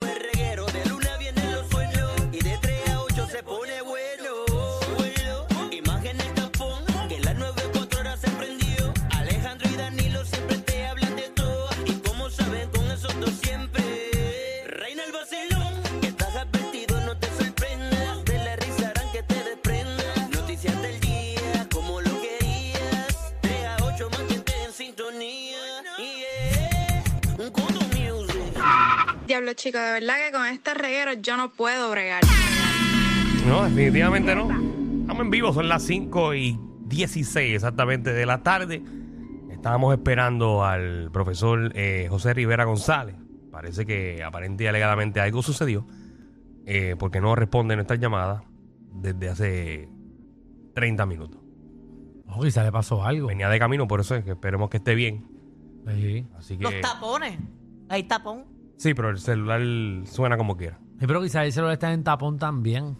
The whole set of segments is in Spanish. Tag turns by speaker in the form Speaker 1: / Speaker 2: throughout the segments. Speaker 1: El reguero de luna vienen los sueños y de 3 a 8 se pone bueno. Bueno, imagen el tapón, que en las 9 4 horas se prendió. Alejandro y Danilo siempre te hablan de todo y como saben con esos dos siempre. Reina el vacilón, que estás advertido, no te sorprendas. De la risa harán que te desprendas. Noticias del día, como lo querías. 3 a 8 mantente en sintonía. Yeah, un condo music.
Speaker 2: Diablo, chico, de verdad que con este reguero yo no puedo bregar.
Speaker 3: No, definitivamente no. Estamos en vivo, son las 5 y 16 exactamente de la tarde. Estábamos esperando al profesor eh, José Rivera González. Parece que aparente y alegadamente algo sucedió eh, porque no responde nuestras llamadas desde hace 30 minutos.
Speaker 4: Oh, quizá le pasó algo.
Speaker 3: Venía de camino, por eso es que esperemos que esté bien.
Speaker 4: Sí.
Speaker 3: Así
Speaker 5: Los
Speaker 3: que.
Speaker 5: tapones. Hay tapón.
Speaker 3: Sí, pero el celular suena como quiera.
Speaker 4: Sí, pero quizás el celular está en tapón también.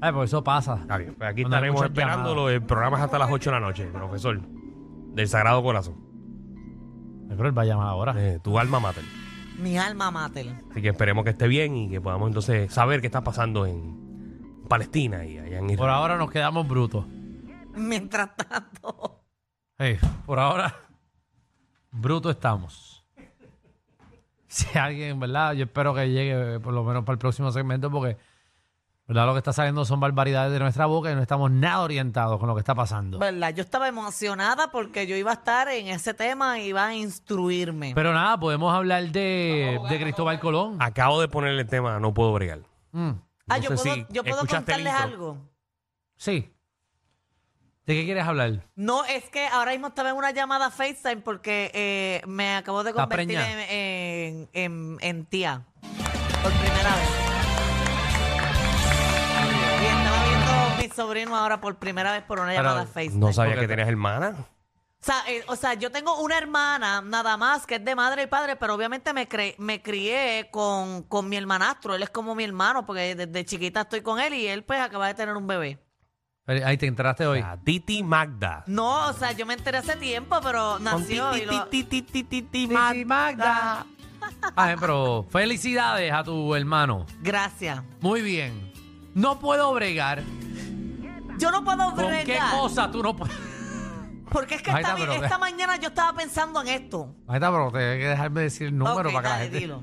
Speaker 4: Ay, por eso pasa.
Speaker 3: Está bien, pues aquí
Speaker 4: Cuando hay
Speaker 3: estaremos
Speaker 4: muchas
Speaker 3: esperándolo. El programa es hasta las 8 de la noche, profesor. Del Sagrado Corazón.
Speaker 4: Ay, Pero él va a llamar ahora.
Speaker 3: Eh, tu alma mater.
Speaker 5: Mi alma mater.
Speaker 3: Así que esperemos que esté bien y que podamos entonces saber qué está pasando en Palestina y allá en
Speaker 4: Por
Speaker 3: Israel.
Speaker 4: ahora nos quedamos brutos.
Speaker 5: Mientras tanto.
Speaker 4: Ey, por ahora, brutos estamos. Si alguien, ¿verdad? Yo espero que llegue eh, por lo menos para el próximo segmento porque, ¿verdad? Lo que está saliendo son barbaridades de nuestra boca y no estamos nada orientados con lo que está pasando.
Speaker 5: ¿Verdad? Yo estaba emocionada porque yo iba a estar en ese tema y iba a instruirme.
Speaker 4: Pero nada, podemos hablar de, de Cristóbal Colón.
Speaker 3: Acabo de ponerle el tema, no puedo bregar.
Speaker 4: Mm,
Speaker 3: no
Speaker 5: ah, yo
Speaker 3: sé
Speaker 5: puedo,
Speaker 3: si
Speaker 5: yo puedo
Speaker 3: escuchaste el
Speaker 5: contarles
Speaker 3: intro.
Speaker 5: algo.
Speaker 4: sí. ¿De qué quieres hablar?
Speaker 5: No, es que ahora mismo estaba en una llamada FaceTime porque eh, me acabo de
Speaker 4: Está
Speaker 5: convertir en,
Speaker 4: preñada.
Speaker 5: en- en- en tía. Por primera vez. Y estaba viendo a mi sobrino ahora por primera vez por una
Speaker 4: Pero
Speaker 5: llamada FaceTime.
Speaker 3: No sabía
Speaker 4: Porque
Speaker 3: que
Speaker 4: te-
Speaker 3: tenías hermana.
Speaker 5: O sea, eh, o sea, yo tengo una hermana nada más que es de madre y padre, pero obviamente me, cre- me crié con, con mi hermanastro. Él es como mi hermano porque desde chiquita estoy con él y él pues acaba de tener un bebé.
Speaker 4: Pero Ahí te entraste hoy.
Speaker 3: La Ah, Titi Magda.
Speaker 5: No, o sea, yo me enteré hace tiempo, pero
Speaker 3: Con
Speaker 5: nació y lo-
Speaker 3: ti, ti, ti, ti, ti, ti,
Speaker 4: Titi
Speaker 3: Magda.
Speaker 4: Ah, eh, pero felicidades a tu hermano.
Speaker 5: Gracias.
Speaker 4: Muy bien. No puedo bregar.
Speaker 5: Yo no puedo
Speaker 4: ¿Con qué
Speaker 5: bregar.
Speaker 4: cosa tú no puedes?
Speaker 5: Porque es que
Speaker 4: Ahí
Speaker 5: esta,
Speaker 4: está, pero-
Speaker 5: esta mañana yo estaba pensando en esto.
Speaker 4: Ahí está, pero te hay que dejarme decir el número
Speaker 5: Ok,
Speaker 4: para que
Speaker 5: dale,
Speaker 4: la gente.
Speaker 5: dilo.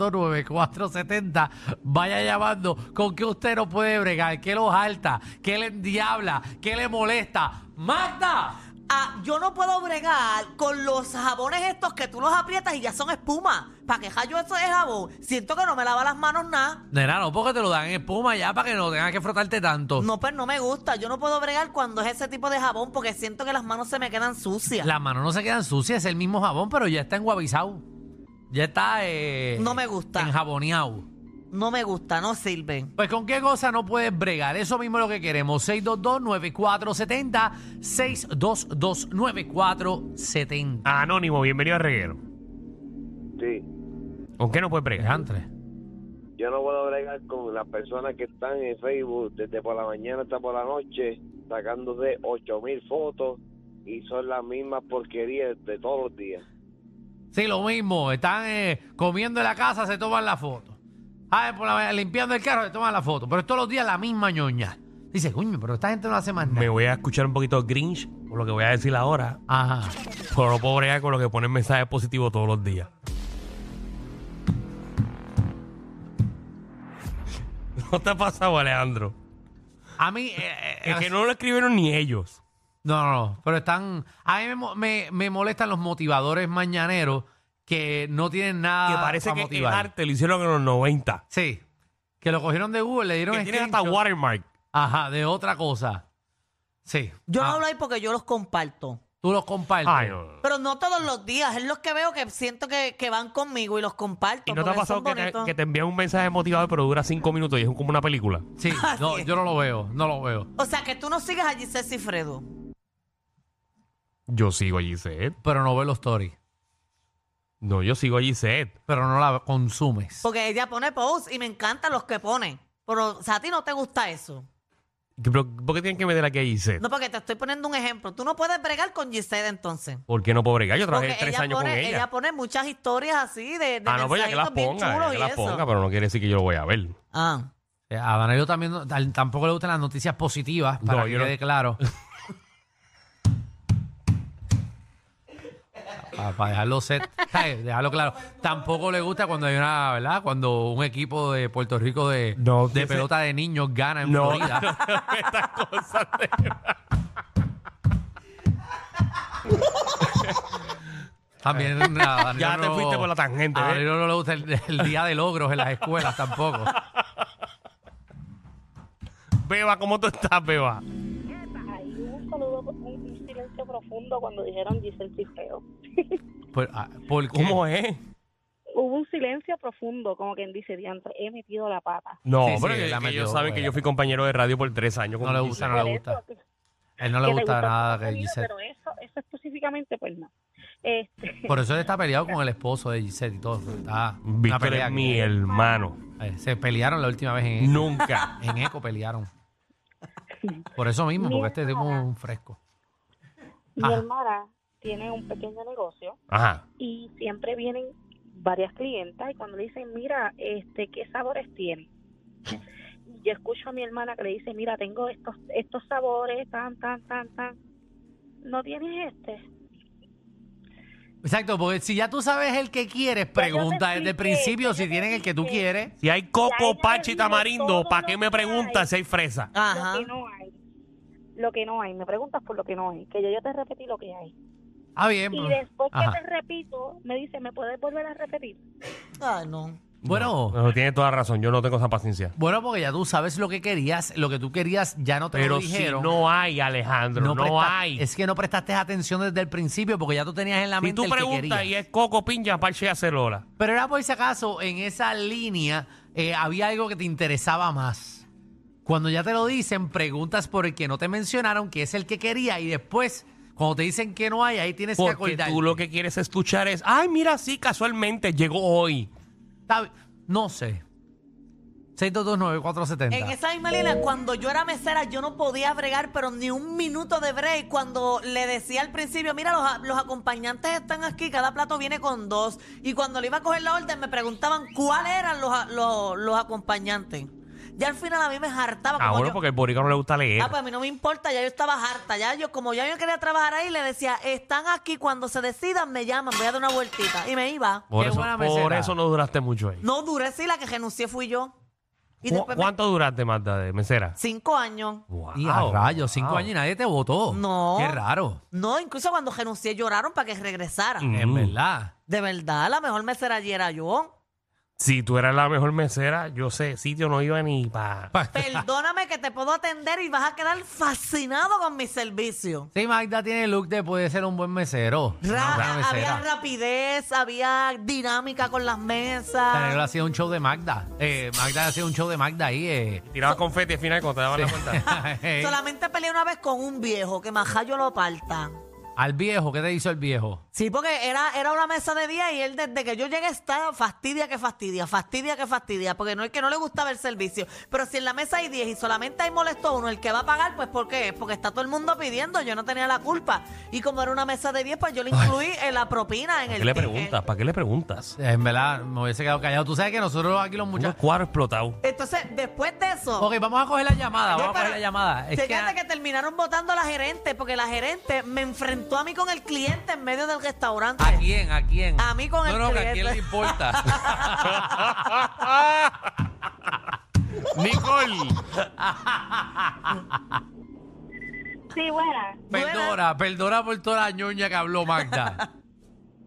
Speaker 4: 6229470 vaya llamando con qué usted no puede bregar, qué lo jalta, qué le endiabla, qué le molesta. ¡Magda!
Speaker 5: Ah, yo no puedo bregar con los jabones estos que tú los aprietas y ya son espuma. ¿Para qué yo eso es jabón? Siento que no me lava las manos nada.
Speaker 4: Nena, no, porque te lo dan en espuma ya para que no tengas que frotarte tanto.
Speaker 5: No, pues no me gusta. Yo no puedo bregar cuando es ese tipo de jabón porque siento que las manos se me quedan sucias.
Speaker 4: Las manos no se quedan sucias, es el mismo jabón, pero ya está enguavizado. Ya está. eh,
Speaker 5: No me gusta.
Speaker 4: Enjaboneado.
Speaker 5: No me gusta, no sirven.
Speaker 4: Pues con qué cosa no puedes bregar. Eso mismo es lo que queremos. 622-9470. 622-9470.
Speaker 3: Anónimo, bienvenido a Reguero.
Speaker 6: Sí,
Speaker 3: ¿Con qué no puedes bregar?
Speaker 4: Alejandro.
Speaker 6: yo no puedo bregar con las personas que están en Facebook desde por la mañana hasta por la noche sacando de 8000 fotos y son las mismas porquerías de todos los días.
Speaker 4: Sí, lo mismo. Están eh, comiendo en la casa, se toman la foto. Ah, por la mañana, limpiando el carro, se toman la foto. Pero es todos los días la misma ñoña. Dice, coño, pero esta gente no hace más
Speaker 3: Me
Speaker 4: nada.
Speaker 3: voy a escuchar un poquito Grinch por lo que voy a decir ahora.
Speaker 4: Ajá.
Speaker 3: Pero no puedo bregar con lo que ponen mensajes positivos todos los días. ¿No te ha pasado, Alejandro?
Speaker 4: A mí. eh, eh,
Speaker 3: Es que no lo escribieron ni ellos.
Speaker 4: No, no, no, pero están. A mí me, mo- me- me molestan los motivadores mañaneros que no tienen nada
Speaker 3: Que parece
Speaker 4: para
Speaker 3: que el
Speaker 4: motivar.
Speaker 3: arte lo hicieron en los 90.
Speaker 4: Sí, que lo cogieron de Google, le dieron
Speaker 3: Que tienen hasta
Speaker 4: screenshot.
Speaker 3: watermark.
Speaker 4: Ajá, de otra cosa. Sí.
Speaker 5: Yo
Speaker 4: Ah,
Speaker 5: no hablo ahí porque yo los comparto.
Speaker 4: Tú los compartes.
Speaker 3: Ay, no, no, no.
Speaker 5: Pero no todos los días. Es los que veo que siento que, que van conmigo y los comparto.
Speaker 3: ¿Y no te ha
Speaker 5: porque
Speaker 3: pasado
Speaker 5: son
Speaker 3: que te,
Speaker 5: bonitos.
Speaker 3: que te envían un mensaje motivado pero dura cinco minutos y es como una película?
Speaker 4: Sí,
Speaker 3: Ah,
Speaker 4: no, yo no lo veo, no lo veo.
Speaker 5: O sea, que tú no sigues a Giselle Cifredo.
Speaker 3: Yo sigo a Gisette.
Speaker 4: Pero no veo los stories.
Speaker 3: No, yo sigo a Gisette.
Speaker 4: Pero no la consumes.
Speaker 5: Porque ella pone posts y me encantan los que pone. Pero, o sea, a ti no te gusta eso.
Speaker 3: ¿Qué- pero ¿Por qué tienen que meter aquí a Gisette?
Speaker 5: No, porque te estoy poniendo un ejemplo. Tú no puedes bregar con Giselle entonces.
Speaker 3: ¿Por qué no puedo bregar? Yo
Speaker 5: Porque
Speaker 3: trabajé tres años
Speaker 5: pone,
Speaker 3: con ella.
Speaker 5: pone muchas historias así de, de
Speaker 3: ah, no, pues ya que las
Speaker 5: mensajitos bien
Speaker 3: ponga, ya
Speaker 5: chulos
Speaker 3: que
Speaker 5: y
Speaker 3: las
Speaker 5: eso.
Speaker 3: ponga, pero no quiere decir que yo lo voy a ver.
Speaker 5: Ah.
Speaker 4: Eh, A Danilo también no- al- tampoco le gustan las noticias positivas, para
Speaker 3: No,
Speaker 4: que
Speaker 3: yo no-
Speaker 4: quede claro. para, dejarlo set, ¿sabes? dejarlo claro. Tampoco le gusta cuando hay una, ¿verdad? Cuando un equipo de Puerto Rico de,
Speaker 3: No,
Speaker 4: de
Speaker 3: ese-
Speaker 4: pelota de niños gana en
Speaker 3: No,
Speaker 4: Florida.
Speaker 3: estas cosas de...
Speaker 4: También nada, Danilo
Speaker 3: Ya te
Speaker 4: no-
Speaker 3: fuiste por la tangente, ¿eh?
Speaker 4: A
Speaker 3: ¿ves?
Speaker 4: Danilo no le gusta el, el día de logros en las escuelas tampoco.
Speaker 3: Beba, ¿cómo tú estás, Beba?
Speaker 7: Ahí hubo un saludo, un silencio profundo cuando dijeron Giselle Cifreo.
Speaker 4: Por, ah, ¿por qué?
Speaker 3: ¿Cómo es?
Speaker 7: Hubo un silencio profundo, como quien dice, diantre, he metido la pata.
Speaker 3: No,
Speaker 4: Sí, sí,
Speaker 3: pero
Speaker 4: él
Speaker 3: que-
Speaker 4: la
Speaker 3: que ellos
Speaker 4: metió,
Speaker 3: saben que
Speaker 4: Beba.
Speaker 3: yo fui compañero de radio por tres años.
Speaker 4: No
Speaker 3: con
Speaker 4: le
Speaker 3: Giselle.
Speaker 4: gusta, no le gusta.
Speaker 7: que-
Speaker 4: A él no le
Speaker 7: que
Speaker 4: gusta nada
Speaker 7: todo
Speaker 4: que
Speaker 7: el mundo,
Speaker 4: Giselle.
Speaker 7: Pero eso, eso específicamente, pues no. Este,
Speaker 4: Por eso él está peleado con el esposo de Giselle y todo. Está una
Speaker 3: Víctor
Speaker 4: pelea
Speaker 3: es
Speaker 4: que-
Speaker 3: mi hermano.
Speaker 4: Eh, se pelearon la última vez en Eco.
Speaker 3: Nunca.
Speaker 4: En Eco pelearon. Por eso mismo, porque este tipo es un fresco.
Speaker 7: mi
Speaker 4: Ajá.
Speaker 7: hermana tiene un pequeño negocio
Speaker 3: Ajá.
Speaker 7: y siempre vienen varias clientas y cuando le dicen, mira, este, ¿qué sabores tiene? Y Yo escucho a mi hermana que le dice, mira, tengo estos estos sabores, tan, tan, tan, tan. ¿No tienes este?
Speaker 4: Exacto, porque si ya tú sabes el que quieres,
Speaker 7: Ya yo te
Speaker 4: pregunta desde el
Speaker 7: expliqué,
Speaker 4: principio
Speaker 7: ya yo
Speaker 4: si
Speaker 7: te
Speaker 4: tienen el que tú
Speaker 7: expliqué.
Speaker 4: quieres.
Speaker 3: Si hay
Speaker 7: Ya
Speaker 3: coco,
Speaker 7: ella
Speaker 3: pacho y
Speaker 7: dijo
Speaker 3: tamarindo,
Speaker 7: todo
Speaker 3: ¿para
Speaker 7: lo
Speaker 3: qué me
Speaker 7: que hay.
Speaker 3: preguntas si hay fresa?
Speaker 5: Ajá.
Speaker 7: lo que no hay. Lo que no hay, me preguntas por lo que no hay, que yo, yo te repetí lo que hay.
Speaker 4: Ah, bien.
Speaker 7: Y
Speaker 4: bro.
Speaker 7: después
Speaker 4: Ajá.
Speaker 7: que te repito, me dice, ¿me puedes volver a repetir?
Speaker 5: Ay, Ah, no.
Speaker 4: Bueno,
Speaker 3: No, tienes toda razón, yo no tengo esa paciencia.
Speaker 4: bueno, porque ya tú sabes lo que querías, lo que tú querías ya no te
Speaker 3: Pero
Speaker 4: lo
Speaker 3: si
Speaker 4: dijeron.
Speaker 3: no hay, Alejandro, no,
Speaker 4: presta-
Speaker 3: hay.
Speaker 4: Es que no prestaste atención desde el principio porque ya tú tenías en la
Speaker 3: Si
Speaker 4: mente
Speaker 3: tú
Speaker 4: el que
Speaker 3: preguntas
Speaker 4: querías.
Speaker 3: y es coco, piña, parche y acerola.
Speaker 4: Pero era por si acaso, en esa línea eh, había algo que te interesaba más. Cuando ya te lo dicen, preguntas por el que no te mencionaron, que es el que quería, y después, cuando te dicen que no hay, ahí tienes que
Speaker 3: Porque
Speaker 4: acordar.
Speaker 3: tú lo que quieres escuchar es, ay, mira, sí, casualmente llegó hoy.
Speaker 4: No sé.
Speaker 5: En
Speaker 4: 6229470.
Speaker 5: esa misma línea, cuando yo era mesera, yo no podía bregar, pero ni un minuto de break. Cuando le decía al principio, mira, los, a- los acompañantes están aquí, cada plato viene con dos. Y cuando le iba a coger la orden, me preguntaban cuáles eran los, a- los, los acompañantes. Ya al final a mí me hartaba.
Speaker 3: Ah,
Speaker 5: como
Speaker 3: bueno,
Speaker 5: yo-
Speaker 3: porque el boricua no le gusta leer.
Speaker 5: Ah, pues a mí no me importa, ya yo estaba harta, ya yo como ya yo quería trabajar ahí, le decía, están aquí, cuando se decidan me llaman, voy a dar una vueltita. Y me iba.
Speaker 3: por,
Speaker 4: qué
Speaker 3: eso,
Speaker 4: buena
Speaker 3: por
Speaker 4: mesera.
Speaker 3: eso no duraste mucho ahí.
Speaker 5: No duré, sí, la que renuncié fui yo. Y
Speaker 3: ¿Cu-
Speaker 5: después me-
Speaker 3: ¿Cuánto duraste, Marta, de mesera?
Speaker 5: cinco años.
Speaker 3: Wow.
Speaker 4: Y a rayos, cinco años y nadie te votó.
Speaker 5: No.
Speaker 4: Qué raro.
Speaker 5: No, incluso cuando renuncié lloraron para que regresara.
Speaker 3: Mm.
Speaker 4: En verdad.
Speaker 5: De verdad, la mejor mesera allí era yo.
Speaker 3: Si tú eras la mejor mesera, yo sé, sitio no iba ni para...
Speaker 5: Perdóname que te puedo atender y vas a quedar fascinado con mi servicio.
Speaker 4: Sí, Magda tiene look de puede ser un buen mesero.
Speaker 5: Ra-
Speaker 4: Una buena
Speaker 5: había
Speaker 4: mesera.
Speaker 5: rapidez, había dinámica con las
Speaker 4: Danilo
Speaker 5: mesas.
Speaker 4: hacía un show de Magda. Eh, Magda hacía un show de Magda ahí. eh.
Speaker 3: Tirabas confeti al final cuando te daban la cuenta.
Speaker 5: Ah, Solamente peleé una vez con un viejo que majá yo lo parta.
Speaker 4: Al viejo, ¿qué te hizo el viejo?
Speaker 5: Sí, porque era, era una mesa de día y él desde que yo llegué está fastidia que fastidia, fastidia que fastidia, porque no es que no le gustaba el servicio. Pero si en la mesa hay 10 y solamente hay molesto uno, el que va a pagar, pues ¿por qué? Porque está todo el mundo pidiendo, yo no tenía la culpa. Y como era una mesa de 10, pues yo le incluí eh, la propina en
Speaker 3: ¿Para
Speaker 5: el
Speaker 3: qué le
Speaker 5: ticket.
Speaker 3: preguntas? ¿Para qué le preguntas?
Speaker 4: Eh, En verdad, me hubiese quedado callado. Tú sabes que nosotros aquí los
Speaker 3: Muchos
Speaker 5: Uh.
Speaker 4: muchachos.
Speaker 3: cuadros explotados.
Speaker 5: Entonces, después de eso...
Speaker 4: Ok, vamos a coger la llamada.
Speaker 5: No,
Speaker 4: Vamos a coger
Speaker 5: pero-
Speaker 4: la llamada. Es que,
Speaker 5: Fíjate que, terminaron votando a la gerente, porque la gerente me enfrentó a mí con el cliente en medio del restaurante.
Speaker 4: ¿A quién? ¿A quién?
Speaker 5: A mí con
Speaker 4: no,
Speaker 5: el
Speaker 4: No, que a
Speaker 5: cliente.
Speaker 4: quién le importa.
Speaker 3: Nicole.
Speaker 7: Sí, buena.
Speaker 4: Perdona, perdona por toda la ñoña que habló Magda.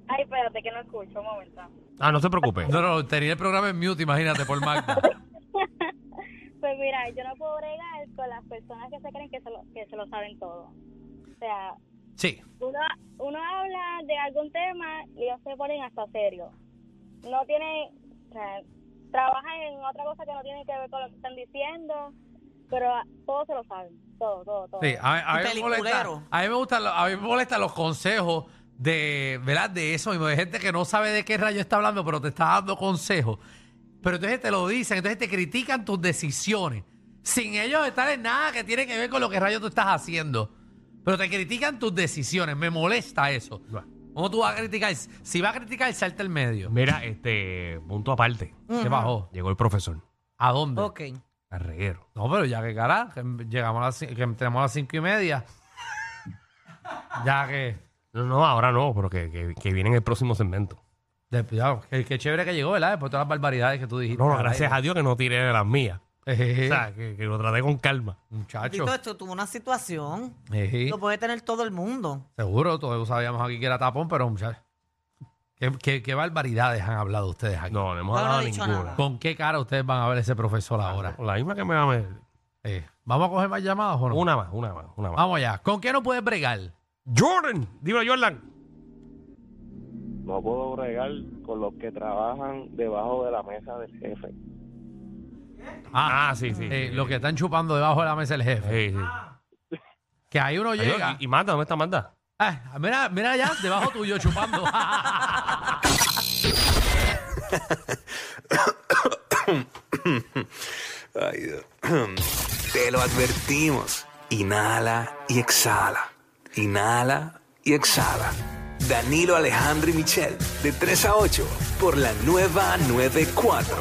Speaker 7: Ay, espérate que no escucho, un momento.
Speaker 3: Ah, no se preocupe.
Speaker 4: No, no, tenía el programa en mute, imagínate, por Magda.
Speaker 7: Pues mira, yo no puedo bregar con las personas que se creen que se lo, que se lo saben todo. O sea,
Speaker 4: Sí.
Speaker 7: uno, uno habla de algún tema y ellos se ponen hasta serio. No tiene, o sea, trabajan en otra cosa que no tiene que ver con lo que están diciendo, pero a- todos se lo saben, todo, todo, todo.
Speaker 4: Sí, a, a
Speaker 5: Y
Speaker 4: mí me molesta,
Speaker 5: peliculero.
Speaker 4: a mí me gusta lo- a mí me molestan los consejos de, ¿verdad? De eso mismo, de gente que no sabe de qué rayo está hablando, pero te está dando consejos. Pero entonces te lo dicen, entonces te critican tus decisiones, sin ellos estar en nada que tiene que ver con lo que rayo tú estás haciendo. Pero te critican tus decisiones, me molesta eso. ¿Cómo tú vas a criticar? Si vas a criticar, salta el medio.
Speaker 3: Mira, este, punto aparte.
Speaker 4: ¿Qué bajó?
Speaker 3: Llegó el profesor.
Speaker 4: ¿A dónde?
Speaker 5: Ok.
Speaker 3: A reguero.
Speaker 4: No, pero ya que cara, que llegamos a las, cin- que tenemos a las cinco y media. ya que...
Speaker 3: No, no, ahora no, pero que, que, que viene en el próximo segmento.
Speaker 4: De- ya, qué, qué chévere que llegó, ¿verdad? Después de todas las barbaridades que tú dijiste.
Speaker 3: No, no, gracias a Dios que no tiré de las mías. O
Speaker 4: Dios.
Speaker 3: sea, que, que lo traté con calma.
Speaker 4: Muchacho.
Speaker 5: Tito, esto tuvo una situación.
Speaker 4: Ejí.
Speaker 5: Lo puede tener todo el mundo.
Speaker 4: Seguro, todos sabíamos aquí que era tapón, pero muchacho. ¿Qué, qué- qué barbaridades han hablado ustedes aquí?
Speaker 3: No, no hemos
Speaker 5: No, no
Speaker 3: hablado
Speaker 5: he dicho
Speaker 3: ninguna.
Speaker 5: nada.
Speaker 4: ¿Con qué cara ustedes van a ver ese profesor ahora?
Speaker 3: Con La misma que me va a meter.
Speaker 4: Eh, ¿Vamos a coger más llamadas o no?
Speaker 3: Una más, una más, una más.
Speaker 4: Vamos allá. ¿Con qué no puedes bregar? eh,
Speaker 3: Jordan, dilo Jordan.
Speaker 6: No puedo bregar con los que trabajan debajo de la mesa del jefe.
Speaker 3: Ah, sí, sí.
Speaker 4: Eh,
Speaker 3: sí,
Speaker 4: Los
Speaker 3: sí.
Speaker 4: que están chupando debajo de la mesa el jefe.
Speaker 3: Sí, sí.
Speaker 4: Que ahí uno
Speaker 3: Adiós,
Speaker 4: llega.
Speaker 3: y, y manda, ¿dónde está Manda?
Speaker 4: Ah, mira, mira allá, debajo tuyo chupando.
Speaker 8: Ay, Dios. Te lo advertimos. Inhala y exhala. Inhala y exhala. Danilo Alejandro y Michel, de 3 a 8, por la nueva 94.